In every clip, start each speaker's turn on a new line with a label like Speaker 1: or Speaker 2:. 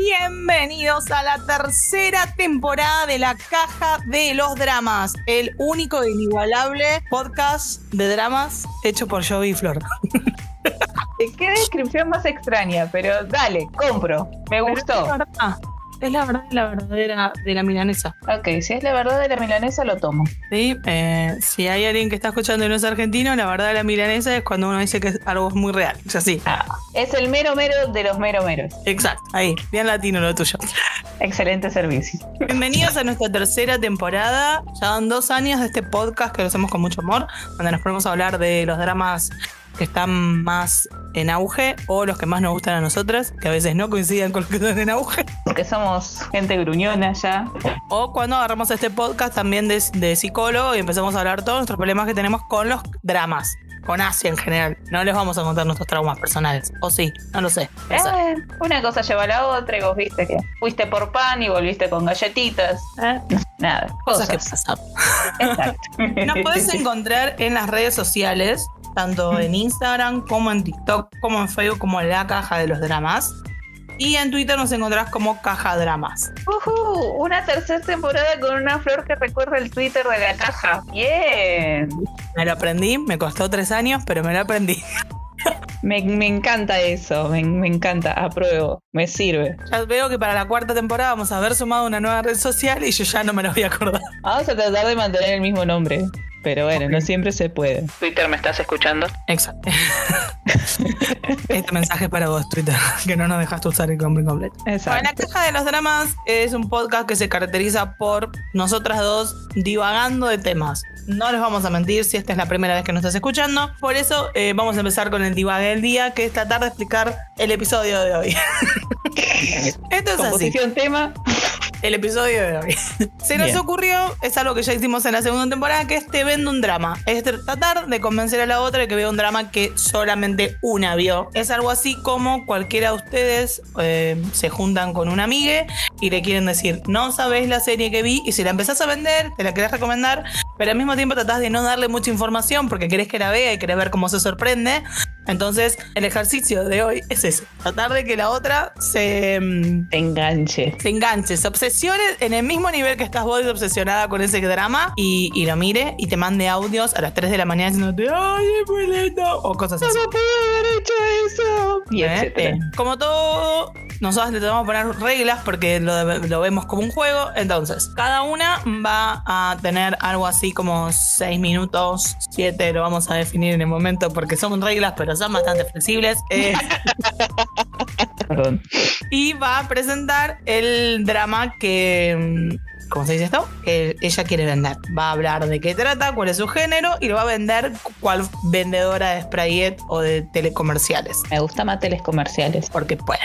Speaker 1: Bienvenidos a la tercera temporada de La Caja de los Dramas, el único e inigualable podcast de dramas hecho por Jovi y Flor.
Speaker 2: Eh, Qué descripción más extraña, pero dale, compro. Me
Speaker 1: Es
Speaker 2: gustó.
Speaker 1: la verdad, es la verdad, la verdadera de la milanesa.
Speaker 2: Ok, si es la verdad de la milanesa, lo tomo.
Speaker 1: ¿sí? Eh, si hay alguien que está escuchando y no es argentino, la verdad de la milanesa es cuando uno dice que es algo es muy real. Es así.
Speaker 2: Es el mero mero de los mero meros.
Speaker 1: Exacto, ahí, bien latino lo tuyo.
Speaker 2: Excelente servicio.
Speaker 1: Bienvenidos a nuestra tercera temporada. Ya van dos años de este podcast que lo hacemos con mucho amor, donde nos ponemos a hablar de los dramas que están más en auge o los que más nos gustan a nosotras, que a veces no coincidan con los que están en auge.
Speaker 2: Porque somos gente gruñona ya.
Speaker 1: O cuando agarramos este podcast también de, de psicólogo y empezamos a hablar todos nuestros problemas que tenemos con los dramas, con Asia en general. No les vamos a contar nuestros traumas personales. O sí, no lo sé. No sé.
Speaker 2: Eh, una cosa lleva a la otra y vos viste que fuiste por pan y volviste con galletitas.
Speaker 1: Eh,
Speaker 2: Nada,
Speaker 1: Cosas
Speaker 2: cosas.
Speaker 1: que pasan.
Speaker 2: Exacto.
Speaker 1: Nos podés encontrar en las redes sociales, tanto en Instagram como en TikTok, como en Facebook, como en La Caja de los Dramas. Y en Twitter nos encontrás como Caja Dramas.
Speaker 2: Ujú, una tercera temporada con una flor que recuerda el Twitter de la caja. Bien.
Speaker 1: Me lo aprendí, me costó tres años, pero me lo aprendí.
Speaker 2: Me, me encanta eso, me, me encanta, apruebo, me sirve.
Speaker 1: Ya veo que para la cuarta temporada vamos a haber sumado una nueva red social y yo ya no me lo voy a acordar.
Speaker 2: Vamos a tratar de mantener el mismo nombre, pero bueno, no siempre se puede. Twitter, ¿me estás escuchando?
Speaker 1: Exacto. Este mensaje es para vos, Twitter, que no nos dejaste usar el nombre completo. Bueno,
Speaker 2: Exacto.
Speaker 1: La Caja de los Dramas es un podcast que se caracteriza por nosotras dos divagando de temas. No les vamos a mentir si esta es la primera vez que nos estás escuchando. Por eso eh, vamos a empezar con el divague del día, que es tratar de explicar el episodio de hoy. Esto es así,
Speaker 2: Composición, tema.
Speaker 1: el episodio de hoy. Se nos
Speaker 2: Bien.
Speaker 1: ocurrió, es algo que ya hicimos en la segunda temporada, que es te vendo un drama. Es tr- tratar de convencer a la otra de que vea un drama que solamente una vio. Es algo así como cualquiera de ustedes eh, se juntan con una amiga y le quieren decir, no sabes la serie que vi y si la empezás a vender, te la querés recomendar, pero al mismo tiempo tratás de no darle mucha información porque querés que la vea y querés ver cómo se sorprende. Entonces, el ejercicio de hoy es ese, tratar de que la otra se... mm,
Speaker 2: Te enganche.
Speaker 1: se enganche, se obsesione en el mismo nivel que estás vos de obsesionada con ese drama y, y lo mire y te mande audios a las 3 de la mañana diciéndote, ¡ay, es muy lindo", O cosas así.
Speaker 2: puedo haber hecho eso. Y
Speaker 1: ¿Eh?
Speaker 2: etcétera.
Speaker 1: Eh, como todo, nosotros le tenemos que poner reglas porque lo, lo vemos como un juego. Entonces, cada una va a tener algo así como 6 minutos, 7, lo vamos a definir en el momento porque son reglas, pero son bastante flexibles. Eh,
Speaker 2: Perdón.
Speaker 1: y va a presentar el drama que. mm, ¿Cómo se dice esto? Que ella quiere vender. Va a hablar de qué trata, cuál es su género y lo va a vender cual vendedora de Sprayet o de telecomerciales.
Speaker 2: Me gusta más teles comerciales.
Speaker 1: Porque puede.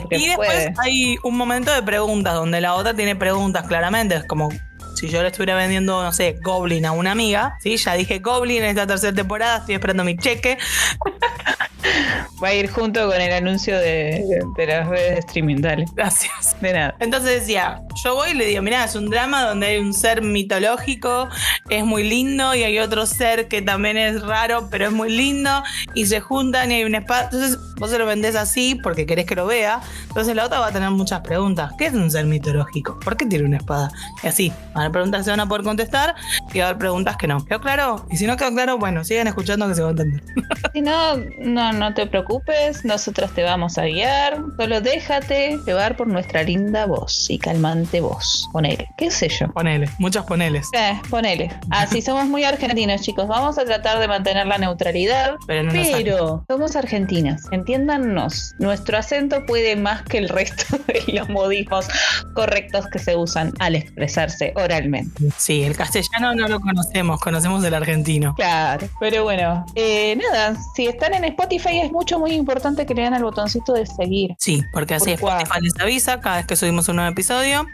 Speaker 2: Porque
Speaker 1: y después
Speaker 2: puede.
Speaker 1: hay un momento de preguntas donde la otra tiene preguntas claramente. Es como si yo le estuviera vendiendo, no sé, Goblin a una amiga. Sí, ya dije Goblin en esta tercera temporada, estoy esperando mi cheque.
Speaker 2: Va a ir junto con el anuncio de, de las redes de streaming. Dale.
Speaker 1: Gracias.
Speaker 2: De nada.
Speaker 1: Entonces decía, yo voy y le digo, mirá, es un drama donde hay un ser mitológico, es muy lindo, y hay otro ser que también es raro, pero es muy lindo, y se juntan y hay un espacio. Entonces vos se lo vendés así porque querés que lo vea. Entonces la otra va a tener muchas preguntas. ¿Qué es un ser mitológico? ¿Por qué tiene una espada? Y así, van a haber preguntas que se van a poder contestar y va a haber preguntas que no. ¿Quedó claro? Y si no quedó claro, bueno, sigan escuchando que se va a entender.
Speaker 2: Si no, no, no te preocupes, nosotros te vamos a guiar. Solo déjate llevar por nuestra linda voz y calmante voz. Ponele, qué sé yo.
Speaker 1: Ponele, muchos poneles.
Speaker 2: Eh, ponele. Así somos muy argentinos, chicos. Vamos a tratar de mantener la neutralidad.
Speaker 1: Pero no nos
Speaker 2: Pero somos argentinas, entiéndanos. Nuestro acento puede más que el resto de los modismos correctos que se usan al expresarse oralmente.
Speaker 1: Sí, el castellano no lo conocemos, conocemos el argentino.
Speaker 2: Claro, pero bueno, eh, nada, si están en Spotify es mucho, muy importante que le den al botoncito de seguir.
Speaker 1: Sí, porque así
Speaker 2: Por cuál.
Speaker 1: Spotify les avisa cada vez que subimos un nuevo episodio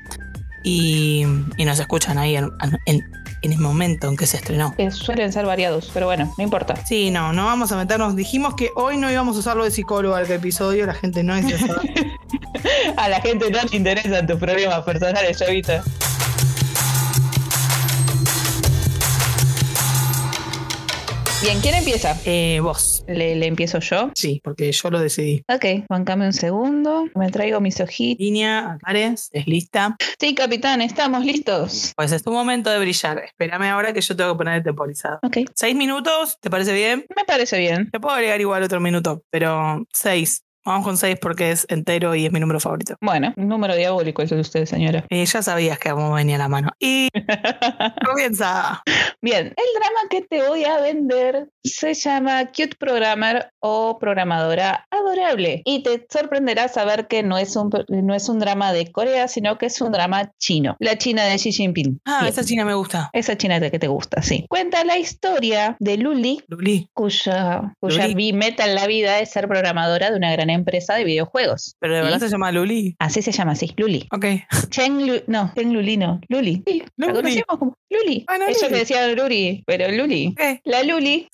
Speaker 1: y, y nos escuchan ahí en, en- en el momento en que se estrenó.
Speaker 2: que suelen ser variados, pero bueno, no importa.
Speaker 1: Sí, no, no vamos a meternos. Dijimos que hoy no íbamos a usar lo de psicólogo al episodio, la gente no es
Speaker 2: A la gente no le interesan tus problemas personales, Chavita. Bien, ¿quién empieza?
Speaker 1: Eh, vos.
Speaker 2: ¿Le, le empiezo yo?
Speaker 1: Sí, porque yo lo decidí.
Speaker 2: Ok, bancame un segundo. Me traigo mis ojitos.
Speaker 1: Línea, Ares, es lista.
Speaker 2: Sí, capitán, estamos listos.
Speaker 1: Pues es tu momento de brillar. Espérame ahora que yo tengo que poner el temporizado.
Speaker 2: Ok,
Speaker 1: ¿Seis minutos? ¿Te parece bien?
Speaker 2: me parece bien.
Speaker 1: Te puedo agregar igual otro minuto, pero seis. Vamos con seis porque es entero y es mi número favorito.
Speaker 2: Bueno, un número diabólico el de usted, señora.
Speaker 1: Eh, ya sabías que vamos venía la mano. Y comienza.
Speaker 2: Bien, el drama que te voy a vender se llama Cute Programmer o Programadora Adorable. Y te sorprenderá saber que no es un, no es un drama de Corea, sino que es un drama chino. La China de Xi Jinping.
Speaker 1: Ah,
Speaker 2: Bien,
Speaker 1: esa china me gusta.
Speaker 2: esa China que te gusta, sí. Cuenta la historia de Luli,
Speaker 1: Luli.
Speaker 2: cuya, cuya
Speaker 1: Luli.
Speaker 2: vi- meta en la vida es ser programadora de una gran empresa de videojuegos.
Speaker 1: Pero de
Speaker 2: ¿Y?
Speaker 1: verdad se llama Luli.
Speaker 2: Así se llama, sí, Luli.
Speaker 1: Ok.
Speaker 2: Chen Lu- no, Chen Luli no, Luli. Sí, la
Speaker 1: Luli.
Speaker 2: conocemos como Luli.
Speaker 1: Bueno,
Speaker 2: Ellos
Speaker 1: Luli.
Speaker 2: le decían Luli, pero Luli.
Speaker 1: Ok.
Speaker 2: La Luli,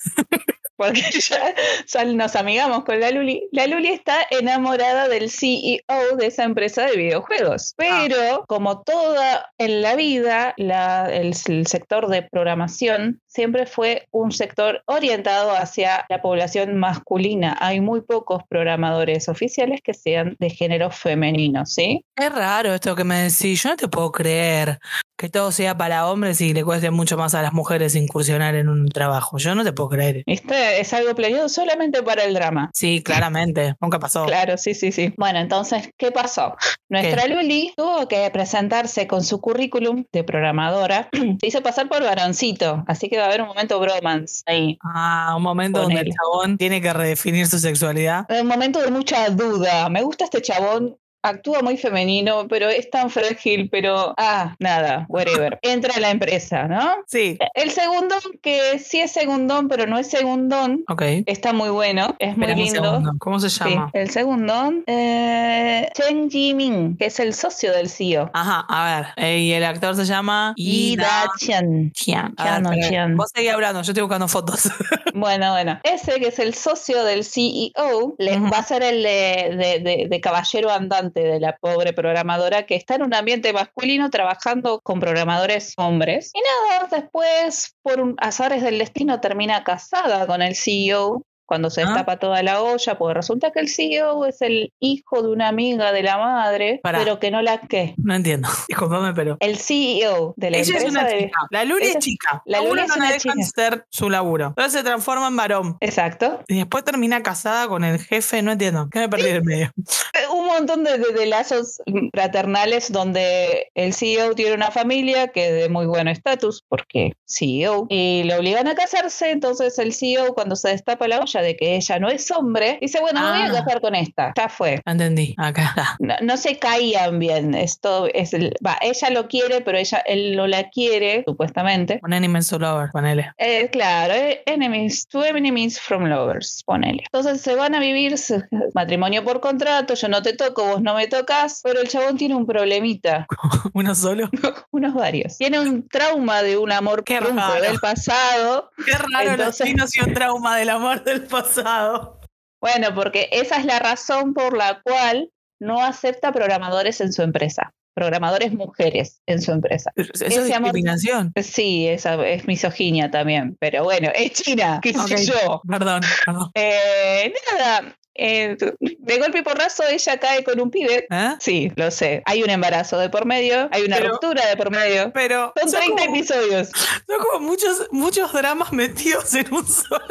Speaker 2: porque ya, ya nos amigamos con la Luli. La Luli está enamorada del CEO de esa empresa de videojuegos. Pero, como toda en la vida, la- el, el sector de programación siempre fue un sector orientado hacia la población masculina. Hay muy pocos programadores oficiales que sean de género femenino, ¿sí?
Speaker 1: Es raro esto que me decís. Yo no te puedo creer que todo sea para hombres y le cueste mucho más a las mujeres incursionar en un trabajo. Yo no te puedo creer.
Speaker 2: Este es algo planeado solamente para el drama.
Speaker 1: Sí, claramente. Nunca pasó.
Speaker 2: Claro, sí, sí, sí. Bueno, entonces, ¿qué pasó? Nuestra Luli tuvo que presentarse con su currículum de programadora. Se hizo pasar por varoncito, así que va a haber un momento bromance ahí.
Speaker 1: Ah, un momento donde el
Speaker 2: Ponele.
Speaker 1: chabón tiene que redefinir su sexualidad.
Speaker 2: Un momento de mucha duda. Me gusta este chabón. Actúa muy femenino, pero es tan frágil, pero... Ah, nada, whatever. Entra a la empresa, ¿no?
Speaker 1: Sí.
Speaker 2: El segundo, que sí es segundón, pero no es segundón,
Speaker 1: Ok.
Speaker 2: está muy bueno, es muy
Speaker 1: Esperame un
Speaker 2: lindo.
Speaker 1: segundo. ¿Cómo se
Speaker 2: Sí,
Speaker 1: llama?
Speaker 2: el segundo, eh, Chen Jimin, que es el socio del CEO.
Speaker 1: Ajá, a ver. Eh, y el actor se llama
Speaker 2: Y Da Chen.
Speaker 1: Tian. A
Speaker 2: Keanu
Speaker 1: ver, espera.
Speaker 2: Tian.
Speaker 1: Vos seguí hablando, yo estoy buscando fotos.
Speaker 2: Bueno, bueno. Ese que es el socio del CEO le-
Speaker 1: Ujú.
Speaker 2: va a ser el de, de- de- de caballero andante de la pobre programadora que está en un ambiente masculino trabajando con programadores hombres. Y nada, después, por un- azares del destino, termina casada con el CEO. Cuando se
Speaker 1: Ah.
Speaker 2: destapa toda la olla, porque resulta que el CEO es el hijo de una amiga de la madre,
Speaker 1: Pará.
Speaker 2: pero que no la que.
Speaker 1: No entiendo. Disculpame, pero.
Speaker 2: el CEO de la
Speaker 1: Ella es
Speaker 2: empresa
Speaker 1: una
Speaker 2: de...
Speaker 1: chica. La Luli
Speaker 2: ella
Speaker 1: es
Speaker 2: es-
Speaker 1: chica.
Speaker 2: la
Speaker 1: A
Speaker 2: Luli
Speaker 1: uno
Speaker 2: es
Speaker 1: no
Speaker 2: una
Speaker 1: le dejan
Speaker 2: chica.
Speaker 1: hacer su laburo. Entonces se transforma en varón.
Speaker 2: Exacto.
Speaker 1: Y después termina casada con el jefe, no entiendo. ¿Qué me perdí del medio?
Speaker 2: Eh, Un montón de, de- de lazos fraternales donde el CEO tiene una familia que es de muy buen estatus, porque CEO, y le obligan a casarse, entonces el CEO cuando se destapa la olla de que ella no es hombre, dice, bueno, me voy a
Speaker 1: Ah.
Speaker 2: casar con esta, ya fue.
Speaker 1: No entendí. Acá Ah, está.
Speaker 2: No, no se caían bien, esto es el- va, ella lo quiere, pero ella, él no la quiere, supuestamente.
Speaker 1: Un anime su lover, ponele.
Speaker 2: Eh, claro, eh, enemies, two enemies from lovers, ponele. Entonces se van a vivir su matrimonio por contrato, yo no te toco, vos no me tocas, pero el chabón tiene un problemita,
Speaker 1: ¿Uno solo?
Speaker 2: unos varios. Tiene un trauma de un amor
Speaker 1: Qué
Speaker 2: trunco
Speaker 1: raro.
Speaker 2: del pasado.
Speaker 1: Qué raro los
Speaker 2: Entonces-
Speaker 1: chinos y un trauma del amor del pasado.
Speaker 2: Bueno, porque esa es la razón por la cual no acepta programadores en su empresa, programadores mujeres en su empresa.
Speaker 1: Eso es
Speaker 2: Ese amor-
Speaker 1: discriminación.
Speaker 2: Sí, esa es misoginia también, pero bueno, es China, qué
Speaker 1: Ok.
Speaker 2: sé yo.
Speaker 1: Perdón, perdón.
Speaker 2: Eh, nada, eh, de golpe y porrazo ella cae con un pibe.
Speaker 1: ¿Eh?
Speaker 2: Sí, lo sé. Hay un embarazo de por medio, hay una
Speaker 1: Pero-
Speaker 2: ruptura de por medio.
Speaker 1: Pero
Speaker 2: Son
Speaker 1: son
Speaker 2: 30
Speaker 1: como,
Speaker 2: episodios.
Speaker 1: son como muchos, muchos dramas metidos en un solo.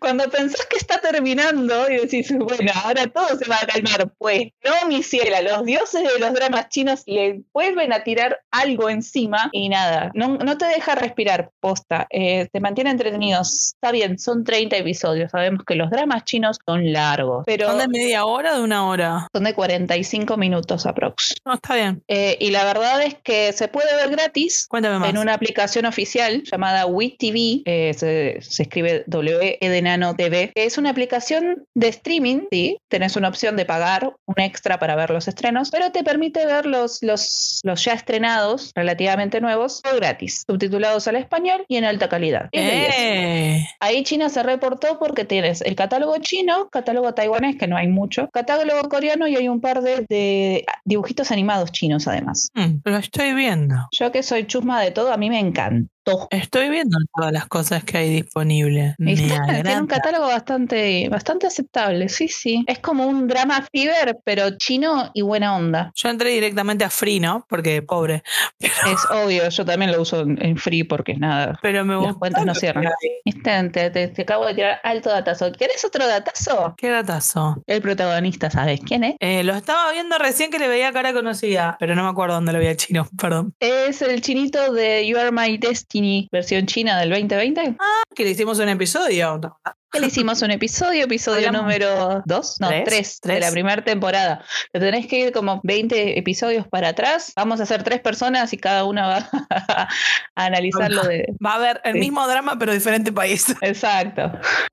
Speaker 2: Cuando pensás que está terminando y decís, bueno, ahora todo se va a calmar. Pues no, mi ciela, los dioses de los dramas chinos le vuelven a tirar algo encima y nada, no, no te deja respirar, posta. Eh, te mantiene entretenidos. Está bien, son 30 episodios. Sabemos que los dramas chinos son largos, pero
Speaker 1: ¿Son de media hora o de una hora?
Speaker 2: son de 45 minutos aprox.
Speaker 1: No, está bien.
Speaker 2: Eh, y la verdad es que se puede ver gratis
Speaker 1: Cuéntame más.
Speaker 2: en una aplicación oficial llamada WeTV, eh, se, se escribe W E de Nano TV, que es una aplicación de streaming, sí, tenés una opción de pagar un extra para ver los estrenos, pero te permite ver los, los, los ya estrenados, relativamente nuevos, o gratis, subtitulados al español y en alta calidad. Es de 10.
Speaker 1: ¡Eh!
Speaker 2: Ahí China se reportó porque tienes el catálogo chino, catálogo taiwanés, que no hay mucho, catálogo coreano y hay un par de, de dibujitos animados chinos además.
Speaker 1: Mm, lo estoy viendo.
Speaker 2: Yo que soy chusma de todo, a mí me encanta. barato.
Speaker 1: Estoy viendo todas las cosas que hay disponibles. Me
Speaker 2: Está, tiene
Speaker 1: agrada.
Speaker 2: un catálogo bastante, bastante aceptable, sí, sí. Es como un drama fever, pero chino y buena onda.
Speaker 1: Yo entré directamente a Free, ¿no? Porque pobre.
Speaker 2: Es obvio, yo también lo uso en, en free porque nada.
Speaker 1: Pero me
Speaker 2: Las
Speaker 1: gustó
Speaker 2: cuentas no
Speaker 1: lo que
Speaker 2: cierran.
Speaker 1: hay.
Speaker 2: Instante, te, te acabo de tirar alto datazo. ¿Quieres otro datazo?
Speaker 1: Qué datazo.
Speaker 2: El protagonista, ¿sabes quién es?
Speaker 1: Eh, lo estaba viendo recién que le veía cara conocida, pero no me acuerdo dónde lo veía chino, perdón.
Speaker 2: Es el chinito de You Are My Destiny, versión china del 2020.
Speaker 1: Ah, que le hicimos un episodio. ¿no?
Speaker 2: Que le hicimos un episodio, episodio
Speaker 1: Hablamos-
Speaker 2: número 2, no,
Speaker 1: Tres,
Speaker 2: 3, de
Speaker 1: tres.
Speaker 2: la primera temporada. Te tenés que ir como 20 episodios para atrás. Vamos a hacer tres personas y cada una va a analizarlo de,
Speaker 1: Va a haber el
Speaker 2: Sí.
Speaker 1: mismo drama, pero diferente país.
Speaker 2: Exacto.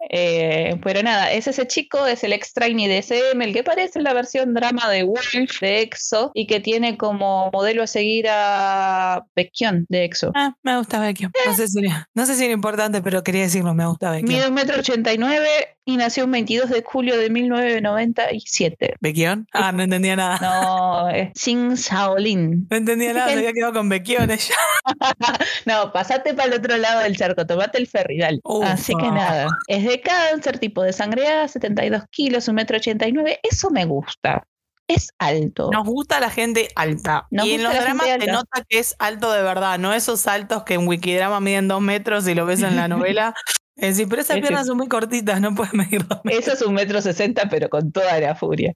Speaker 2: Eh, pero nada, es ese chico, es el ex trainee de SM, el que parece la versión drama de Wolf de EXO y que tiene como modelo a seguir a Baekhyun de EXO.
Speaker 1: Ah, me gusta Vecchio.
Speaker 2: Eh.
Speaker 1: No sé si, no sé si era importante, pero quería decirlo, me gusta Vecchio.
Speaker 2: Mide un metro ochenta y nueve y nació un 22 de julio de 1997.
Speaker 1: ¿Vecchión? Ah, no entendía nada. No,
Speaker 2: No, es Sing Shaolin.
Speaker 1: entendía nada, se había quedado con Vecchión ella.
Speaker 2: No, pasate para el otro lado del charco, tomate el ferry, dale.
Speaker 1: Ufa.
Speaker 2: Así que nada, es de cáncer, tipo de sangre A, 72 kilos, un metro ochenta y nueve. Eso me gusta. Es alto.
Speaker 1: Nos gusta la gente alta.
Speaker 2: Nos
Speaker 1: y en
Speaker 2: gusta
Speaker 1: los
Speaker 2: la
Speaker 1: dramas
Speaker 2: gente
Speaker 1: se
Speaker 2: alta.
Speaker 1: nota que es alto de verdad, no esos altos que en Wikidrama miden dos metros y lo ves en la novela. Es decir, pero esas
Speaker 2: Sí, sí.
Speaker 1: piernas son muy cortitas, no puedes medir dos metros.
Speaker 2: Eso es un metro sesenta, pero con toda la furia.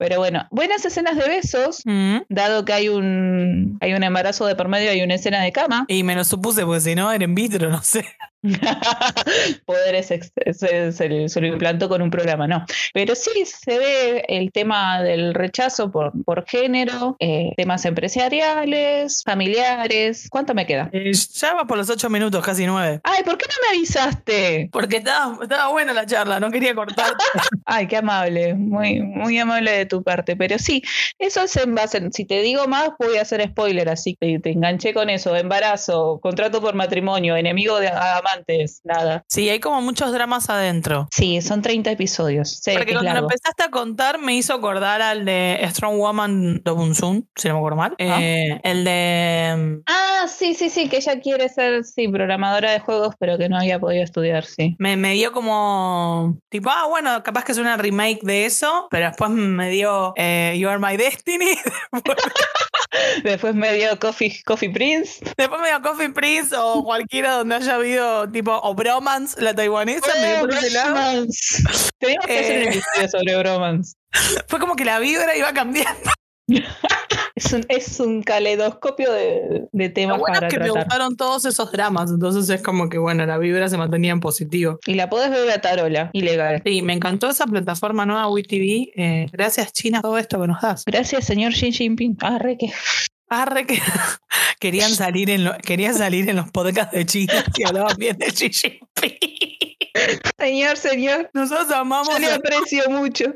Speaker 2: Pero bueno, buenas escenas de besos,
Speaker 1: Mm.
Speaker 2: dado que hay un, hay un embarazo de por medio, hay una escena de cama.
Speaker 1: Y me lo supuse, porque si no, era en vitro, no sé.
Speaker 2: Poderes ex- se, se- se lo implantó con un programa, no. Pero sí se ve el tema del rechazo por, por género, eh, temas empresariales, familiares. ¿Cuánto me queda?
Speaker 1: Eh, ya va por los ocho minutos, casi nueve.
Speaker 2: Ay, ¿por qué no me avisaste?
Speaker 1: Porque estaba, estaba buena la charla, no quería cortar.
Speaker 2: Ay, qué amable, muy, muy amable de tu parte. Pero sí, eso es en base. Si te digo más, voy a hacer spoiler, así que te enganché con eso. Embarazo, contrato por matrimonio, enemigo de amantes, nada.
Speaker 1: Sí, hay como muchos dramas adentro.
Speaker 2: Sí, son 30 episodios. Sé que
Speaker 1: Porque
Speaker 2: es
Speaker 1: cuando lo
Speaker 2: largo.
Speaker 1: empezaste a contar me hizo acordar al de Strong Woman de Bunsun, si no me acuerdo mal. Eh, el de... mm,
Speaker 2: Ah, sí, sí, sí, que ella quiere ser, sí, programadora de juegos, pero que no había podido estudiar, sí.
Speaker 1: Me, me dio como... Tipo, ah, bueno, capaz que es una remake de eso, pero después me dio eh, You Are My Destiny,
Speaker 2: Después me dio Coffee, Coffee Prince.
Speaker 1: después me dio Coffee Prince o cualquiera donde haya habido tipo o Bromance, la taiwanesa, me dio por ese lado.
Speaker 2: Bromance. Teníamos que hacer un
Speaker 1: Eh.
Speaker 2: episodio sobre bromance.
Speaker 1: Fue como que la vibra iba cambiando.
Speaker 2: Es un, es un caleidoscopio de, de
Speaker 1: Lo
Speaker 2: temas
Speaker 1: bueno
Speaker 2: para
Speaker 1: es que me
Speaker 2: tratar.
Speaker 1: gustaron todos esos dramas, entonces es como que, bueno, la vibra se mantenía en positivo.
Speaker 2: Y la podés ver a Tarola, ilegal.
Speaker 1: Sí, me encantó esa plataforma nueva WeTV. Eh, gracias, China, todo esto que nos das.
Speaker 2: Gracias, señor Xi Jinping. Ah, re que.
Speaker 1: Arre que querían salir en lo- querían salir en los podcasts de China que hablaban bien de Xi Jinping.
Speaker 2: Señor, señor.
Speaker 1: Nosotros amamos,
Speaker 2: Yo le aprecio mucho.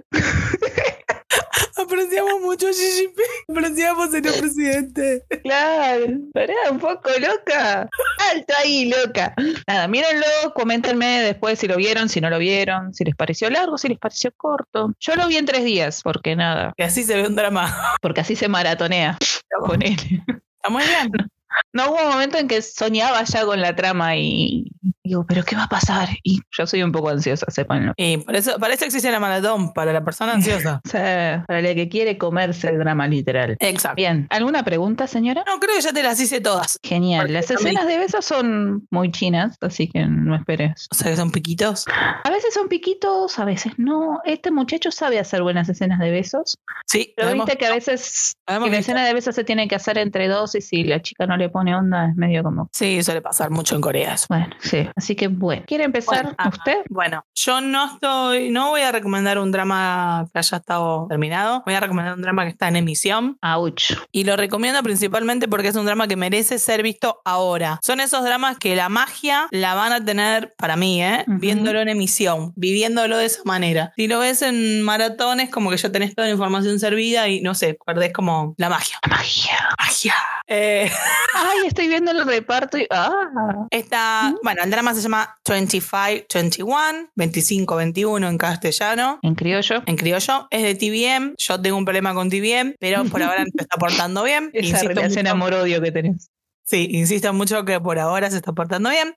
Speaker 1: apreciamos mucho a Xi Jinping. Apreciamos, señor presidente.
Speaker 2: Claro, pará, un poco loca. Alto ahí, loca. Nada, mírenlo, coméntenme después si lo vieron, si no lo vieron, si les pareció largo, si les pareció corto. Yo lo vi en tres días, porque nada,
Speaker 1: Que así se ve un drama.
Speaker 2: porque así se maratonea con él.
Speaker 1: Está muy bien.
Speaker 2: No hubo un momento en que soñaba ya con la trama y digo, ¿pero qué va a pasar? Y yo soy un poco ansiosa, sépanlo.
Speaker 1: Y por eso, para eso existe la maratón, para la persona ansiosa.
Speaker 2: O sea, para la que quiere comerse el drama literal.
Speaker 1: Exacto.
Speaker 2: Bien, ¿alguna pregunta, señora?
Speaker 1: No, creo que ya te las hice todas.
Speaker 2: Genial.
Speaker 1: Porque
Speaker 2: Las
Speaker 1: yo me-
Speaker 2: escenas de besos son muy chinas, así que no esperes.
Speaker 1: O sea que son piquitos.
Speaker 2: A veces son piquitos, a veces no. Este muchacho sabe hacer buenas escenas de besos.
Speaker 1: Sí,
Speaker 2: Pero
Speaker 1: lo hemos-
Speaker 2: viste que a veces
Speaker 1: lo hemos
Speaker 2: que la
Speaker 1: visto.
Speaker 2: escena de besos se tiene que hacer entre dos y si la chica no le pone onda es medio como...
Speaker 1: Sí, suele pasar mucho en Corea eso.
Speaker 2: Bueno, sí. Así que bueno. ¿Quiere empezar
Speaker 1: Bueno, ajá.
Speaker 2: usted?
Speaker 1: Bueno, yo no estoy, no voy a recomendar un drama que haya estado terminado. Voy a recomendar un drama que está en emisión
Speaker 2: Auch.
Speaker 1: y lo recomiendo principalmente porque es un drama que merece ser visto ahora. Son esos dramas que la magia la van a tener para mí, ¿eh?
Speaker 2: Ujú.
Speaker 1: Viéndolo en emisión, viviéndolo de esa manera. Si lo ves en maratones, como que ya tenés toda la información servida y no sé, perdés como la magia.
Speaker 2: La magia.
Speaker 1: Magia. Eh,
Speaker 2: Ay, estoy viendo el reparto y... Ah.
Speaker 1: Está, bueno, el drama se llama 25-21, 25-21 en castellano.
Speaker 2: En criollo.
Speaker 1: En criollo es de TBM. Yo tengo un problema con TBM, pero por ahora me está portando bien.
Speaker 2: Esa
Speaker 1: Insisto
Speaker 2: relación
Speaker 1: mucho.
Speaker 2: amor-odio que tenés.
Speaker 1: Sí, insisto mucho que por ahora se está portando bien.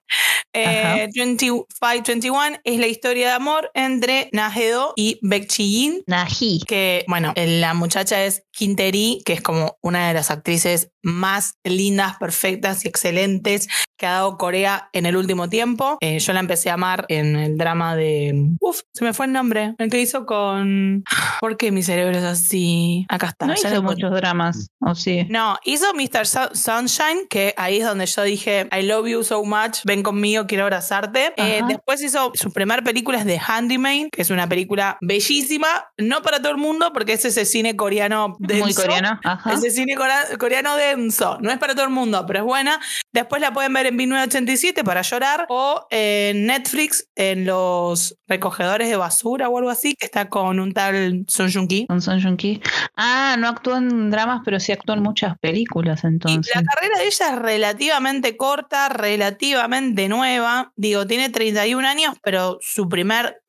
Speaker 1: Eh, 2521 es la historia de amor entre Najedo y Bekchiyin,
Speaker 3: Nají.
Speaker 1: que, bueno, la muchacha es Quinteri, que es como una de las actrices más lindas, perfectas y excelentes que ha dado Corea en el último tiempo. Eh, yo la empecé a amar en el drama de... Uf, se me fue el nombre. El que hizo con... ¿Por qué mi cerebro es así? Acá está.
Speaker 2: No
Speaker 1: ya
Speaker 2: hizo
Speaker 1: lo
Speaker 2: muchos dramas, ¿o sí?
Speaker 1: no, hizo Mr. Su- Sunshine, que ahí es donde yo dije, I love you so much, ven conmigo, quiero abrazarte. Eh,
Speaker 2: Ajá.
Speaker 1: después hizo su primer película es The Handyman, que es una película bellísima, no para todo el mundo, porque es ese cine coreano denso.
Speaker 2: Muy coreano. Ajá.
Speaker 1: Ese cine cora- coreano denso. No es para todo el mundo, pero es buena. Después la pueden ver en 1987 para llorar o en Netflix en los recogedores de basura o algo así, que está con un tal Sun Jung Ki.
Speaker 2: Con Son Joong-ki. Ah, no actúa en dramas, pero sí actúa en muchas películas,
Speaker 1: Y
Speaker 2: entonces.
Speaker 1: la carrera de ella es relativamente corta, relativamente nueva. Digo, tiene 31 años, pero su primer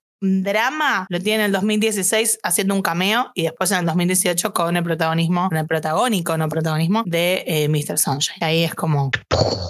Speaker 1: drama lo tiene en el 2016 haciendo un cameo y después en el 2018 con el protagonismo, con el protagónico, no protagonismo, de eh, Mr. Sunshine. Ahí es como...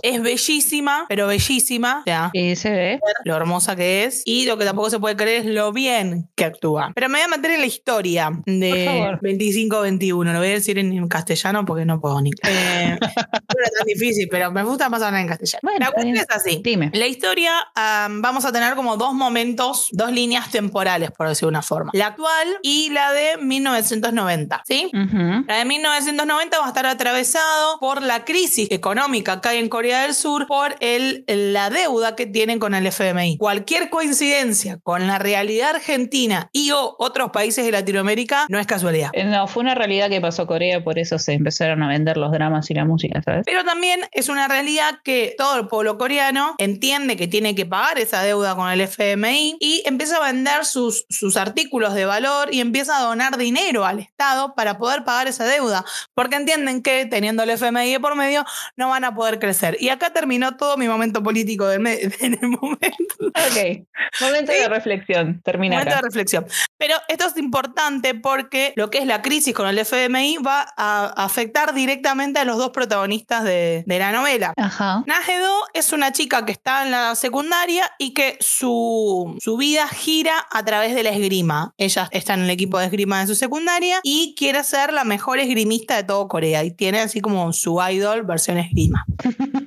Speaker 1: Es bellísima, pero bellísima. O sea,
Speaker 2: Sí, se ve.
Speaker 1: lo hermosa que es. Y lo que tampoco se puede creer es lo bien que actúa. Pero me voy a meter en la historia de
Speaker 2: favor.
Speaker 1: 25-21. Lo voy a decir en, en castellano porque no puedo ni. Eh, no era tan difícil, pero me gusta más hablar en castellano.
Speaker 2: Bueno,
Speaker 1: la
Speaker 2: está
Speaker 1: cuestión
Speaker 2: bien.
Speaker 1: es así.
Speaker 2: Dime.
Speaker 1: La historia am, vamos a tener como dos momentos, dos líneas temporales, por decir una forma. La actual y la de 1990, ¿sí?
Speaker 2: Ujú.
Speaker 1: La de 1990 va a estar atravesado por la crisis económica que hay en Corea del Sur por el, la deuda que tienen con el FMI. Cualquier coincidencia con la realidad argentina y o otros países de Latinoamérica no es casualidad.
Speaker 2: Eh, No, fue una realidad que pasó Corea, por eso se empezaron a vender los dramas y la música, ¿sabes?
Speaker 1: Pero también es una realidad que todo el pueblo coreano entiende que tiene que pagar esa deuda con el FMI y empieza a vender sus, sus artículos de valor y empieza a donar dinero al Estado para poder pagar esa deuda, porque entienden que teniendo el FMI de por medio no van a poder crecer. Y acá terminó todo mi momento político del me- en el momento.
Speaker 2: Ok. Momento de reflexión. Termina
Speaker 1: Momento de
Speaker 2: acá.
Speaker 1: reflexión. Pero esto es importante porque lo que es la crisis con el FMI va a afectar directamente a los dos protagonistas de- de la novela.
Speaker 2: Ajá.
Speaker 1: Najedo es una chica que está en la secundaria y que su, su vida gira a través de la esgrima. Ella está en el equipo de esgrima de su secundaria y quiere ser la mejor esgrimista de todo Corea y tiene así como su idol versión esgrima.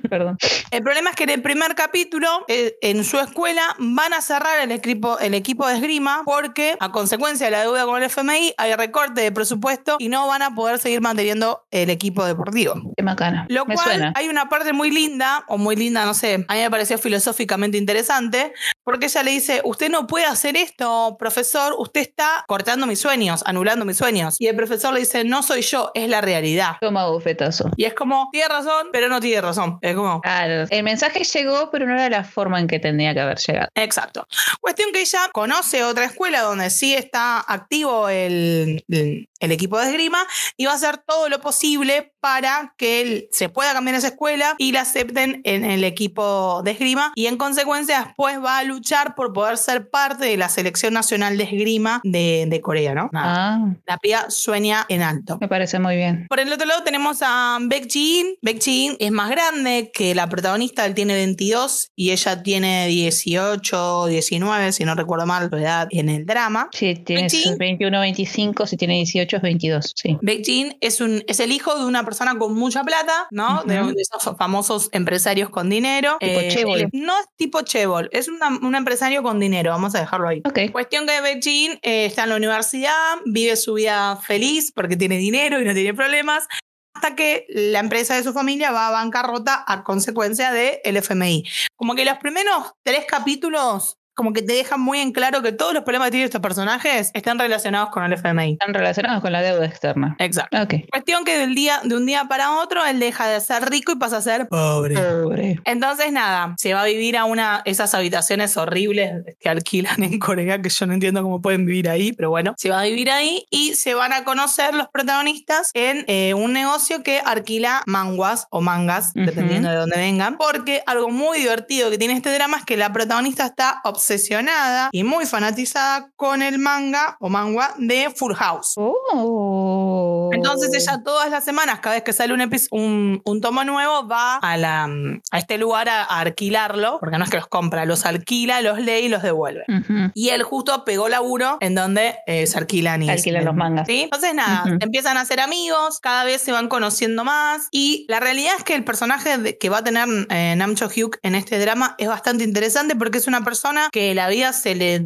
Speaker 2: Perdón.
Speaker 1: El problema es que en el primer capítulo, eh, en su escuela, van a cerrar el equipo, el equipo de esgrima porque, a consecuencia de la deuda con el FMI, hay recorte de presupuesto y no van a poder seguir manteniendo el equipo deportivo.
Speaker 2: Qué macana.
Speaker 1: Lo
Speaker 2: Me
Speaker 1: cual
Speaker 2: suena.
Speaker 1: hay una parte muy linda, o muy linda, no sé, a mí me pareció filosóficamente interesante, porque ella le dice, usted no puede hacer esto, profesor, usted está cortando mis sueños, anulando mis sueños. Y el profesor le dice, no soy yo, es la realidad.
Speaker 2: Toma bufetazo.
Speaker 1: Y es como, tiene razón, pero no tiene razón. Es como,
Speaker 2: Claro. El mensaje llegó, pero no era la forma en que tendría que haber llegado.
Speaker 1: Exacto. Cuestión que ella conoce otra escuela donde sí está activo el, el- el equipo de esgrima y va a hacer todo lo posible para que él se pueda cambiar esa escuela y la acepten en el equipo de esgrima y en consecuencia después va a luchar por poder ser parte de la selección nacional de esgrima de, de Corea, ¿no? Nada.
Speaker 2: Ah,
Speaker 1: La piba sueña en alto.
Speaker 2: me parece muy bien.
Speaker 1: Por el otro lado tenemos a Beck Ji-in. Beck Ji-in es más grande que la protagonista, él tiene 22 y ella tiene 18, 19, si no recuerdo mal su edad en el drama.
Speaker 2: Sí, tienes
Speaker 1: ¿Sí?
Speaker 2: 21, 25, si tiene 18 es 22, sí.
Speaker 1: Beck Ji-in es, un, es el hijo de una persona con mucha plata, ¿no? De
Speaker 2: Ujú.
Speaker 1: uno de esos famosos empresarios con dinero. Eh,
Speaker 2: Tipo Chevol.
Speaker 1: él es- No es tipo Chevol, es una- un empresario con dinero, vamos a dejarlo ahí.
Speaker 2: Ok.
Speaker 1: Cuestión que Beijing eh, está en la universidad, vive su vida feliz porque tiene dinero y no tiene problemas, hasta que la empresa de su familia va a bancarrota a consecuencia del FMI. Como que los primeros tres capítulos, como que te dejan muy en claro que todos los problemas que tienen estos personajes están relacionados con el FMI.
Speaker 2: Están relacionados con la deuda externa.
Speaker 1: Exacto.
Speaker 2: Ok.
Speaker 1: Cuestión que del día, de un día para otro él deja de ser rico y pasa a ser Eh, pobre.
Speaker 2: Pobre.
Speaker 1: Entonces, nada, se va a vivir a una esas habitaciones horribles que alquilan en Corea, que yo no entiendo cómo pueden vivir ahí, pero bueno, se va a vivir ahí y se van a conocer los protagonistas en eh, un negocio que alquila manguas o mangas,
Speaker 2: Ujú.
Speaker 1: dependiendo de dónde vengan, porque algo muy divertido que tiene este drama es que la protagonista está obsesionada y muy fanatizada con el manga o manga de Full House.
Speaker 2: Oh.
Speaker 1: Entonces ella todas las semanas, cada vez que sale un, epi- un, un tomo nuevo, va a, la, mm, a este lugar a, a alquilarlo, porque no es que los compra, los alquila, los lee y los devuelve.
Speaker 2: Ujú.
Speaker 1: Y él justo pegó laburo en donde eh, se alquilan y
Speaker 2: Alquilan los mangas.
Speaker 1: ¿sí? Entonces nada,
Speaker 2: Ujú.
Speaker 1: empiezan a ser amigos, cada vez se van conociendo más y la realidad es que el personaje de- que va a tener eh, Nam Cho Hyuk en este drama es bastante interesante porque es una persona que la vida se le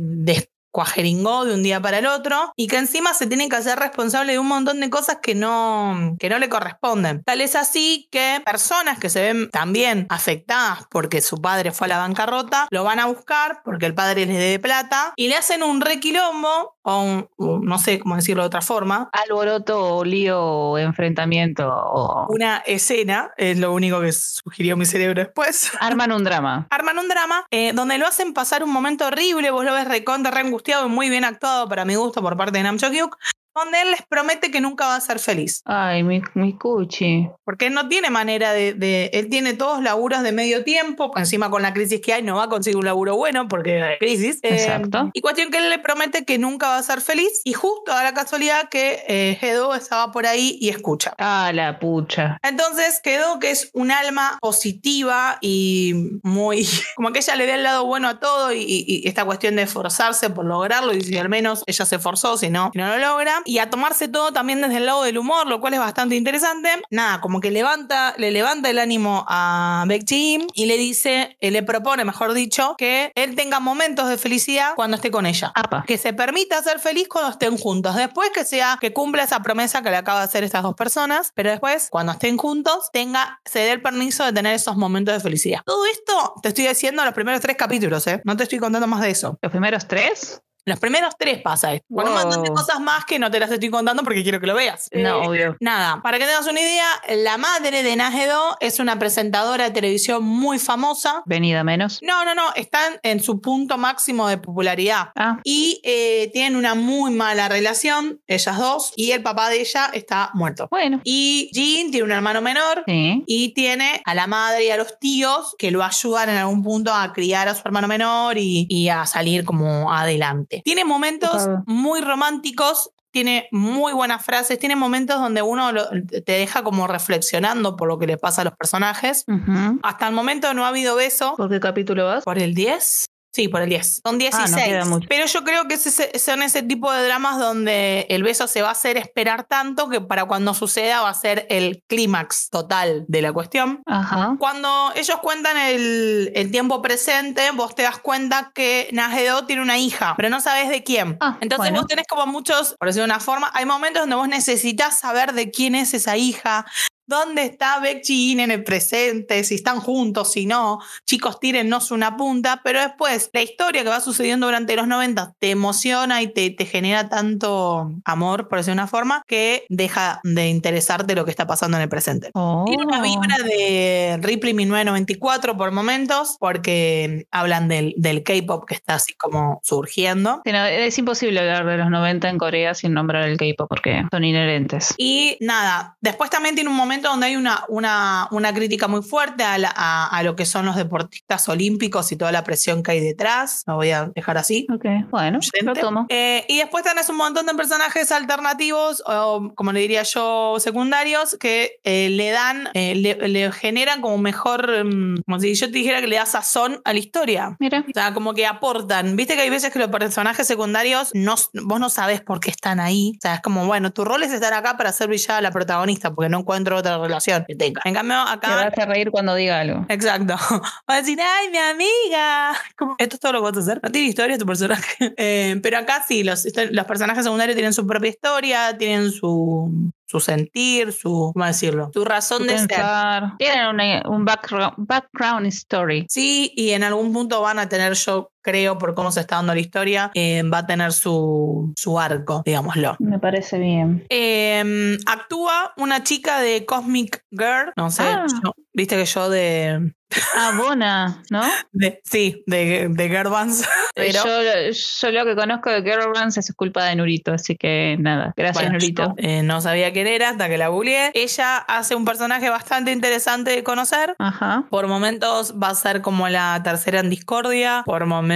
Speaker 1: descuajeringó de un día para el otro y que encima se tiene que hacer responsable de un montón de cosas que no, que no le corresponden. Tal es así que personas que se ven también afectadas porque su padre fue a la bancarrota, lo van a buscar porque el padre les debe plata y le hacen un requilombo o un- un- no sé cómo decirlo de otra forma,
Speaker 2: Alboroto, o lío, o enfrentamiento, o...
Speaker 1: una escena, es lo único que sugirió mi cerebro después.
Speaker 2: arman un drama.
Speaker 1: Arman un drama eh, donde lo hacen pasar un momento horrible, vos lo ves recontra, re angustiado y muy bien actuado para mi gusto por parte de Nam Cho-kyuk, donde él les promete que nunca va a ser feliz,
Speaker 2: Ay, mi, mi cuchi.
Speaker 1: porque él no tiene manera de, de- él tiene todos laburos de medio tiempo, pues encima con la crisis que hay no va a conseguir un laburo bueno porque hay crisis. Eh,
Speaker 2: Exacto.
Speaker 1: y cuestión que él le promete que nunca va a ser feliz y justo a la casualidad que eh, Hedo estaba por ahí y escucha.
Speaker 2: Ah, la pucha.
Speaker 1: Entonces quedó que es un alma positiva y muy. como que ella le ve el lado bueno a todo y, y- y esta cuestión de esforzarse por lograrlo y si al menos ella se esforzó, si no, si no lo logra. Y a tomarse todo también desde el lado del humor, lo cual es bastante interesante. Nada, como que levanta, le levanta el ánimo a Beck Jim y le dice, eh, le propone, mejor dicho, que él tenga momentos de felicidad cuando esté con ella
Speaker 2: Apa.
Speaker 1: que se permita ser feliz cuando estén juntos. Después que sea que cumpla esa promesa que le acaba de hacer estas dos personas, pero después cuando estén juntos tenga se dé el permiso de tener esos momentos de felicidad. Todo esto te estoy diciendo en los primeros tres capítulos, ¿eh? No te estoy contando más de eso.
Speaker 2: ¿Los primeros tres?
Speaker 1: Los primeros tres pasa esto. Con un
Speaker 2: Wow.
Speaker 1: montón de cosas más que no te las estoy contando porque quiero que lo veas.
Speaker 2: No,
Speaker 1: Eh,
Speaker 2: obvio.
Speaker 1: Nada, para que tengas una idea, la madre de Najedo es una presentadora de televisión muy famosa.
Speaker 2: Venida menos.
Speaker 1: No, no, no, están en su punto máximo de popularidad.
Speaker 2: Ah,
Speaker 1: Y eh, tienen una muy mala relación, ellas dos, y el papá de ella está muerto.
Speaker 2: bueno.
Speaker 1: Y Jean tiene un hermano menor
Speaker 2: Sí.
Speaker 1: y tiene a la madre y a los tíos que lo ayudan en algún punto a criar a su hermano menor y, y a salir como adelante. Tiene momentos
Speaker 2: Copado.
Speaker 1: muy románticos. Tiene muy buenas frases, tiene momentos donde uno lo- te deja como reflexionando por lo que le pasa a los personajes.
Speaker 2: Ujú.
Speaker 1: Hasta el momento no ha habido beso,
Speaker 2: ¿Por qué capítulo vas?
Speaker 1: ¿Por el 10? Sí, por el 10. Son 16.
Speaker 2: Ah, queda mucho.
Speaker 1: Pero yo creo que ese- ese- son ese tipo de dramas donde el beso se va a hacer esperar tanto que para cuando suceda va a ser el clímax total de la cuestión.
Speaker 2: Ajá.
Speaker 1: Cuando ellos cuentan el, el tiempo presente, vos te das cuenta que Najedo tiene una hija, pero no sabes de quién.
Speaker 2: Ah,
Speaker 1: Entonces
Speaker 2: bueno.
Speaker 1: vos tenés como muchos, por decirlo de una forma, hay momentos donde vos necesitas saber de quién es esa hija, dónde está Becky In en el presente, si están juntos, si no, chicos, tírennos una punta, pero después la historia que va sucediendo durante los 90 te emociona y te, te genera tanto amor, por decirlo de una forma, que deja de interesarte lo que está pasando en el presente.
Speaker 2: Oh.
Speaker 1: Tiene una vibra de Ripley 1994 por momentos, porque hablan del, del K-pop que está así como surgiendo.
Speaker 2: Sí, no, es imposible hablar de los 90 en Corea sin nombrar el K-pop porque son inherentes.
Speaker 1: Y nada, después también tiene un momento donde hay una, una, una crítica muy fuerte a, la- a- a lo que son los deportistas olímpicos y toda la presión que hay detrás. Lo voy a dejar así.
Speaker 2: Ok, bueno, lo tomo.
Speaker 1: Eh, y después tenés un montón de personajes alternativos, o como le diría yo, secundarios, que eh, le dan, eh, le, le generan como mejor, mm, como si yo te dijera que le da sazón a la historia.
Speaker 2: Mira,
Speaker 1: O sea, como que aportan. Viste que hay veces que los personajes secundarios no, vos no sabés por qué están ahí. O sea, es como, bueno, tu rol es estar acá para ser brillada la protagonista, porque no encuentro otra relación que tenga. En cambio,
Speaker 2: te vas
Speaker 1: acá.
Speaker 2: a reír cuando diga algo.
Speaker 1: Exacto. Va a decir, ay, mi amiga. Como, Esto es todo lo que vas a hacer. No tiene historia tu personaje. Eh, pero acá sí, los, histo- los personajes secundarios tienen su propia historia, tienen su, su sentir, su, ¿cómo decirlo? Su razón de ser.
Speaker 2: Pensar. Tienen una- un background, background story.
Speaker 1: Sí, y en algún punto van a tener, yo creo, por cómo se está dando la historia, eh, va a tener su, su arco, digámoslo.
Speaker 2: Me parece bien.
Speaker 1: Eh, actúa una chica de Cosmic Girl, no sé,
Speaker 2: Ah.
Speaker 1: yo- viste que yo de,
Speaker 2: Ah, Bona, ¿no?
Speaker 1: de- sí, de, de Girl Bands, pero
Speaker 2: Yo, yo lo que conozco de Girl Runs es culpa de Nurito, así que nada. Gracias,
Speaker 1: bueno,
Speaker 2: Nurito.
Speaker 1: yo, eh, no sabía quién era hasta que la googleé. Ella hace un personaje bastante interesante de conocer.
Speaker 2: Ajá.
Speaker 1: Por momentos va a ser como la tercera en discordia, por momentos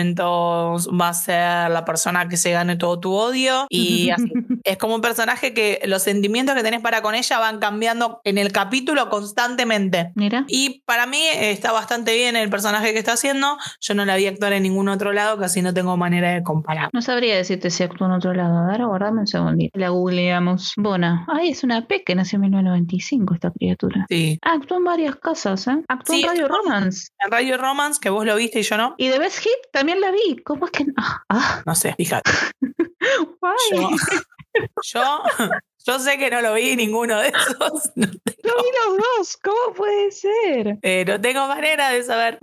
Speaker 1: va a ser la persona que se gane todo tu odio y así. Es como un personaje que los sentimientos que tenés para con ella van cambiando en el capítulo constantemente.
Speaker 2: Mira.
Speaker 1: Y para mí eh, está bastante bien el personaje que está haciendo. Yo no la vi actuar en ningún otro lado, casi no tengo manera de comparar.
Speaker 2: No sabría decirte si actúa en otro lado. A ver, aguardame un segundito. La googleamos. Bona. Ay, es una P que nació en 1995 esta criatura.
Speaker 1: Sí.
Speaker 2: Ah, actuó en varias casas, ¿eh? Actuó
Speaker 1: Sí,
Speaker 2: en Radio
Speaker 1: actuó-
Speaker 2: Romance.
Speaker 1: En Radio Romance, que vos lo viste y yo no.
Speaker 2: Y The Best Hit también la vi. ¿Cómo es que no? Ah, ah,
Speaker 1: No sé, fíjate.
Speaker 2: guay.
Speaker 1: Yo, yo, yo sé que no lo vi ninguno de esos. No,
Speaker 2: Yo vi los dos. ¿Cómo puede ser?
Speaker 1: eh, no tengo manera de saber.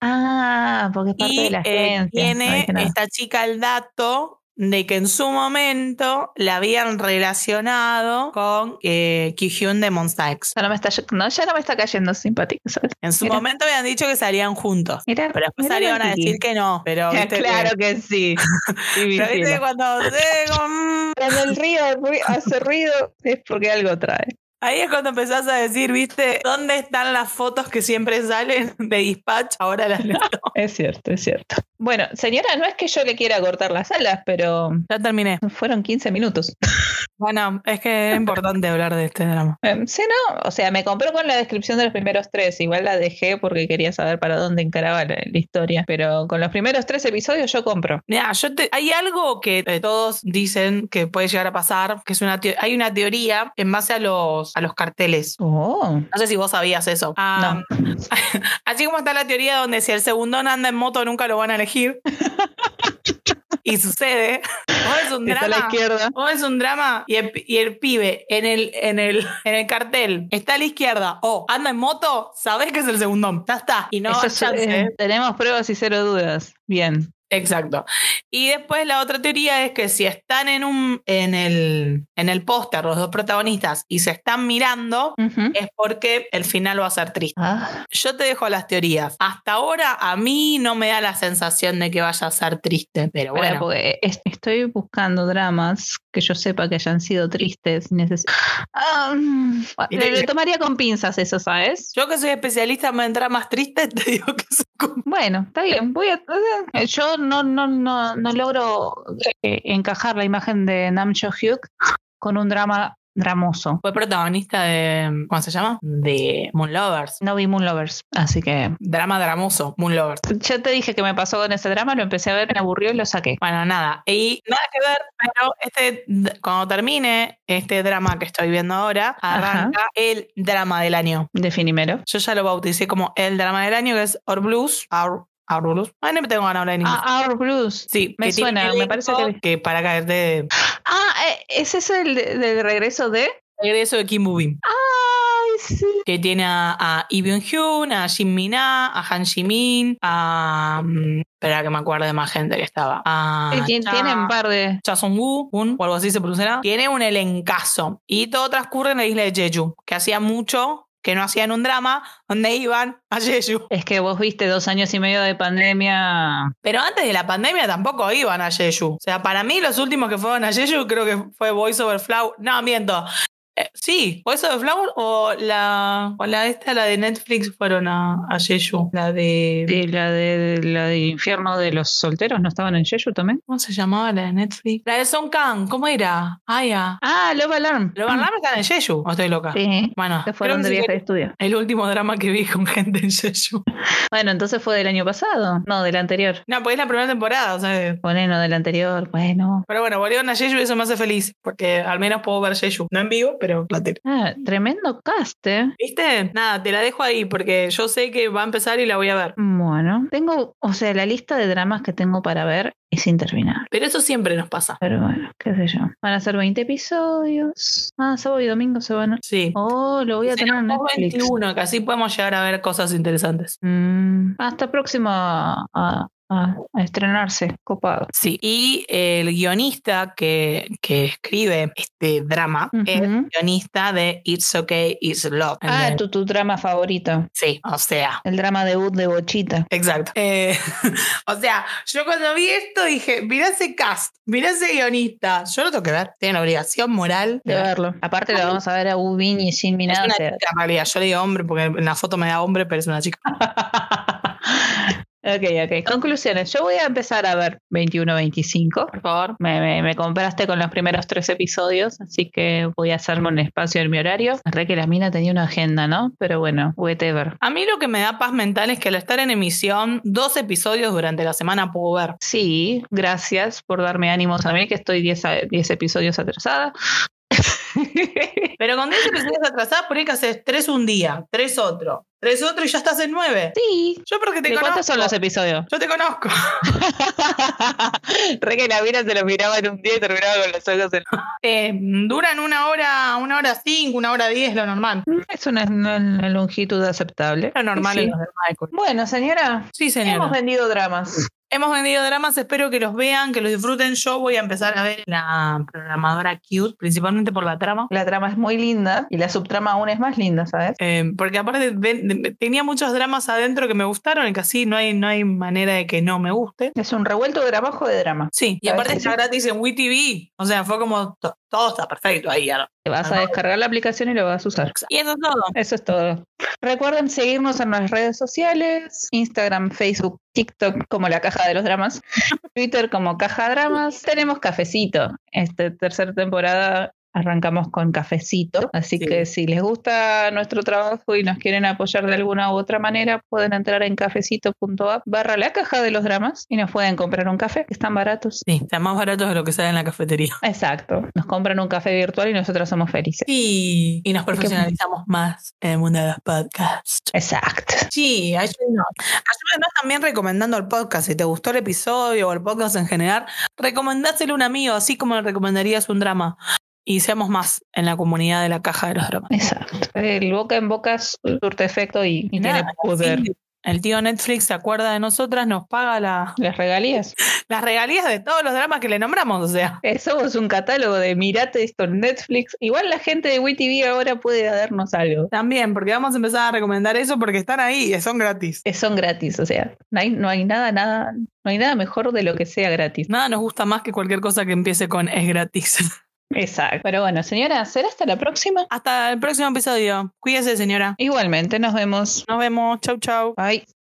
Speaker 2: Ah, porque es parte
Speaker 1: Y
Speaker 2: de la
Speaker 1: eh,
Speaker 2: gente.
Speaker 1: tiene esta chica el dato de que en su momento la habían relacionado con eh, Kihyun de Monsta X.
Speaker 2: ya no, me está, no, ya no me está cayendo simpática, ¿sabes?
Speaker 1: En su
Speaker 2: Mira.
Speaker 1: momento habían dicho que salían juntos.
Speaker 2: Mira,
Speaker 1: Pero después
Speaker 2: mira
Speaker 1: salieron a
Speaker 2: Nati.
Speaker 1: decir que no. Pero viste que-
Speaker 2: Claro que sí. Sí,
Speaker 1: pero viste
Speaker 2: Virgilio.
Speaker 1: que cuando, eh, con-
Speaker 2: Cuando el río ru- hace ruido es porque algo trae.
Speaker 1: Ahí es cuando empezás a decir, viste, ¿dónde están las fotos que siempre salen de dispatch? Ahora las leo.
Speaker 2: Es cierto, es cierto. Bueno, señora, no es que yo le quiera cortar las alas, pero
Speaker 1: Ya terminé.
Speaker 2: fueron 15 minutos.
Speaker 1: Bueno, es que es importante hablar de este drama.
Speaker 2: Em, Sí, no, o sea, me compró con la descripción de los primeros tres. Igual la dejé porque quería saber para dónde encaraba la, la historia. Pero con los primeros tres episodios yo compro.
Speaker 1: Mira, yo te- hay algo que eh, todos dicen que puede llegar a pasar, que es una teo- hay una teoría en base a los a los carteles.
Speaker 2: Oh,
Speaker 1: No sé si vos sabías eso. Ah, Así como está la teoría donde si el segundón anda en moto nunca lo van a elegir. y sucede. O es un
Speaker 2: está a la
Speaker 1: drama.
Speaker 2: izquierda.
Speaker 1: O es un drama y el, pi- y el pibe en el, en, el, en el cartel está a la izquierda o anda en moto, sabés que es el segundón. Ya está. Y no
Speaker 2: Eso
Speaker 1: hay
Speaker 2: es-
Speaker 1: chance.
Speaker 2: eh, tenemos pruebas y cero dudas. Bien.
Speaker 1: Exacto. Y después la otra teoría es que si están en un en el en el póster los dos protagonistas y se están mirando
Speaker 2: Ujú.
Speaker 1: es porque el final va a ser triste.
Speaker 2: Ah,
Speaker 1: Yo te dejo las teorías. Hasta ahora a mí no me da la sensación de que vaya a ser triste, pero
Speaker 2: pará,
Speaker 1: bueno.
Speaker 2: porque es- estoy buscando dramas que yo sepa que hayan sido tristes. y neces- Ah, mm,
Speaker 1: Mira,
Speaker 2: le, le
Speaker 1: yo-
Speaker 2: tomaría con pinzas eso, ¿sabes?
Speaker 1: Yo que soy especialista en dramas tristes, te digo que es como-
Speaker 2: Bueno, está bien. Voy a, eh, yo no, no, no, no logro eh, encajar la imagen de Nam Cho Hyuk con un drama dramoso.
Speaker 1: fue protagonista de ¿cómo se llama? De Moon Lovers.
Speaker 2: No vi Moon Lovers, así que
Speaker 1: Drama dramoso, Moon Lovers.
Speaker 2: ya te dije que me pasó con ese drama, lo empecé a ver, me aburrió y lo saqué.
Speaker 1: Bueno, nada. Y nada que ver, pero este, cuando termine este drama que estoy viendo ahora, arranca el drama del año.
Speaker 2: Definímelo.
Speaker 1: Yo ya lo bauticé como el drama del año, que es Our Blues. Our, Our Blues. Ay, no me tengo ganas de hablar en inglés.
Speaker 2: Ah, Our Blues.
Speaker 1: sí,
Speaker 2: me
Speaker 1: que tiene
Speaker 2: suena,
Speaker 1: un
Speaker 2: me parece
Speaker 1: elenco
Speaker 2: que-
Speaker 1: para caer de
Speaker 2: Ah, eh, ¿es ese el de- del regreso de?
Speaker 1: regreso de Kim Bubim.
Speaker 2: Ay, sí.
Speaker 1: Que tiene a, a Lee Byung-hun, a Jin Mina, a Han Jimin, a... mm, Espera que me acuerde de más gente que estaba. A
Speaker 2: Eh, tien-
Speaker 1: Cha-
Speaker 2: Tienen un par de.
Speaker 1: Chasongwu, un, o algo así se pronunciará, tiene un elencazo. Y todo transcurre en la isla de Jeju, que hacía mucho que no hacían un drama donde iban a Jeju.
Speaker 2: Es que vos viste dos años y medio de pandemia.
Speaker 1: Pero antes de la pandemia tampoco iban a Jeju. O sea, para mí los últimos que fueron a Jeju creo que fue Voice Over Flower. No, miento. Eh, sí, Voice Over Flower o la, o la esta, la de Netflix fueron a, a Jeju. La de...
Speaker 2: ¿Y la de la de infierno de los solteros no estaban en Jeju también?
Speaker 1: ¿Cómo se llamaba la de Netflix? La de Song Kang, ¿cómo era? Ah, ya.
Speaker 2: Ah, Love Alarm.
Speaker 1: Los Barnabas están en Jeju, o estoy loca.
Speaker 2: Sí.
Speaker 1: Bueno,
Speaker 2: Que
Speaker 1: creo
Speaker 2: fueron
Speaker 1: que
Speaker 2: de
Speaker 1: sí que-
Speaker 2: viaje de estudio.
Speaker 1: El último drama que vi con gente en Jeju.
Speaker 2: Bueno, entonces fue del año pasado. No, del anterior.
Speaker 1: No, porque es la primera temporada, o sea.
Speaker 2: Bueno, del anterior. Bueno.
Speaker 1: Pero bueno, volvieron a Jeju y eso me hace feliz, porque al menos puedo ver Jeju. No en vivo, pero la tele.
Speaker 2: Ah, tremendo cast, ¿eh?
Speaker 1: ¿Viste? Nada, te la dejo ahí, porque yo sé que va a empezar y la voy a ver.
Speaker 2: Bueno, tengo, o sea, la lista de dramas que tengo para ver es interminable.
Speaker 1: Pero eso siempre nos pasa.
Speaker 2: Pero bueno, qué sé yo. Van a ser 20 episodios. Ah, sábado y domingo se van. a-
Speaker 1: Sí.
Speaker 2: Oh, lo voy a tener en
Speaker 1: Tenemos
Speaker 2: Netflix.
Speaker 1: 21, que así podemos llegar a ver cosas interesantes.
Speaker 2: Mm, hasta próximo a, a- a- a estrenarse. Copado.
Speaker 1: Sí, y el guionista que, que escribe este drama es
Speaker 2: Ujú.
Speaker 1: guionista de It's Okay, It's Love.
Speaker 2: Ah,
Speaker 1: ¿entendés?
Speaker 2: tu, tu drama favorito.
Speaker 1: Sí, o sea,
Speaker 2: El drama debut de Bochita.
Speaker 1: Exacto. Eh, o sea, yo cuando vi esto dije, mirá ese cast, mirá ese guionista. Yo lo tengo que ver, tiene la obligación moral de
Speaker 2: de
Speaker 1: ver.
Speaker 2: verlo. Aparte lo vamos a ver a Ubin y Shin
Speaker 1: Es
Speaker 2: Minado.
Speaker 1: una
Speaker 2: o sea,
Speaker 1: chica en realidad, yo le digo hombre porque en la foto me da hombre, pero es una chica.
Speaker 2: Ok, ok. Conclusiones. Yo voy a empezar a ver 21-25.
Speaker 1: Por favor.
Speaker 2: Me, me, me compraste con los primeros tres episodios, así que voy a hacerme un espacio en mi horario. Re que la mina tenía una agenda, ¿no? Pero bueno, whatever.
Speaker 1: A mí lo que me da paz mental es que al estar en emisión, dos episodios durante la semana puedo ver.
Speaker 2: Sí, gracias por darme ánimos a mí, que estoy 10 a- 10 episodios atrasada.
Speaker 1: Pero con 10 episodios atrasadas, por ahí que haces 3 un día, 3 otro, 3 otro y ya estás en 9.
Speaker 2: Sí.
Speaker 1: Yo porque te
Speaker 2: ¿De
Speaker 1: conozco.
Speaker 2: cuántos son los episodios?
Speaker 1: Yo te conozco.
Speaker 2: Re que la mina se los miraba en un día y terminaba con los ojos en
Speaker 1: Eh, duran una hora, una hora cinco, una hora diez, lo normal.
Speaker 2: Es una, una- una longitud aceptable.
Speaker 1: Lo normal
Speaker 2: Sí.
Speaker 1: en los de Michael.
Speaker 2: Bueno, señora,
Speaker 1: Sí, señora.
Speaker 2: hemos
Speaker 1: Hemos,
Speaker 2: vendido dramas.
Speaker 1: vendido dramas, espero que los vean, que los disfruten. Yo voy a empezar a ver la programadora Cute, principalmente por la trama.
Speaker 2: La trama es muy linda y la subtrama aún es más linda, ¿sabes?
Speaker 1: Eh, porque aparte ven- de- tenía muchos dramas adentro que me gustaron, y que así no hay, no hay manera de que no me guste.
Speaker 2: Es un revuelto de trabajo de drama.
Speaker 1: Sí, y
Speaker 2: ¿Sabes
Speaker 1: aparte
Speaker 2: que
Speaker 1: está
Speaker 2: sí?
Speaker 1: gratis en WeTV. O sea, fue como to- todo está perfecto ahí. ahora.
Speaker 2: Te vas a descargar la aplicación y lo vas a usar.
Speaker 1: Y eso es todo.
Speaker 2: Eso es todo. Recuerden seguirnos en las redes sociales, Instagram, Facebook, TikTok como la caja de los dramas, Twitter como caja dramas. Tenemos cafecito. Esta tercera temporada arrancamos con cafecito, así
Speaker 1: Sí.
Speaker 2: que si les gusta nuestro trabajo y nos quieren apoyar de alguna u otra manera, pueden entrar en cafecito.app barra la caja de los dramas y nos pueden comprar un café, que están baratos.
Speaker 1: Sí, están más baratos de lo que sale en la cafetería.
Speaker 2: Exacto, nos compran un café virtual y nosotras somos felices.
Speaker 1: Sí. Y nos profesionalizamos más en el mundo de los podcasts.
Speaker 2: Exacto.
Speaker 1: Sí, ayúdenos. Ayúdenos también recomendando el podcast. Si te gustó el episodio o el podcast en general, recomendáselo a un amigo, así como le recomendarías un drama. Y seamos más en la comunidad de la caja de los dramas.
Speaker 2: Exacto. Eh, El boca en boca surte efecto y, y tiene
Speaker 1: Nada,
Speaker 2: poder.
Speaker 1: así El tío Netflix se acuerda de nosotras, nos paga la-
Speaker 2: Las regalías.
Speaker 1: las regalías de todos los dramas que le nombramos, o sea.
Speaker 2: Eh, somos un catálogo de mirate esto en Netflix. Igual la gente de WeTV ahora puede darnos algo.
Speaker 1: También, porque vamos a empezar a recomendar eso porque están ahí y son gratis.
Speaker 2: Eh, Son gratis, o sea, no hay, no hay nada, nada, no hay nada mejor de lo que sea gratis.
Speaker 1: Nada nos gusta más que cualquier cosa que empiece con es gratis.
Speaker 2: Exacto. Pero bueno, señora, será hasta la próxima.
Speaker 1: Hasta el próximo episodio. Cuídese, señora.
Speaker 2: Igualmente, nos vemos.
Speaker 1: Nos vemos. Chau, chau.
Speaker 2: Bye.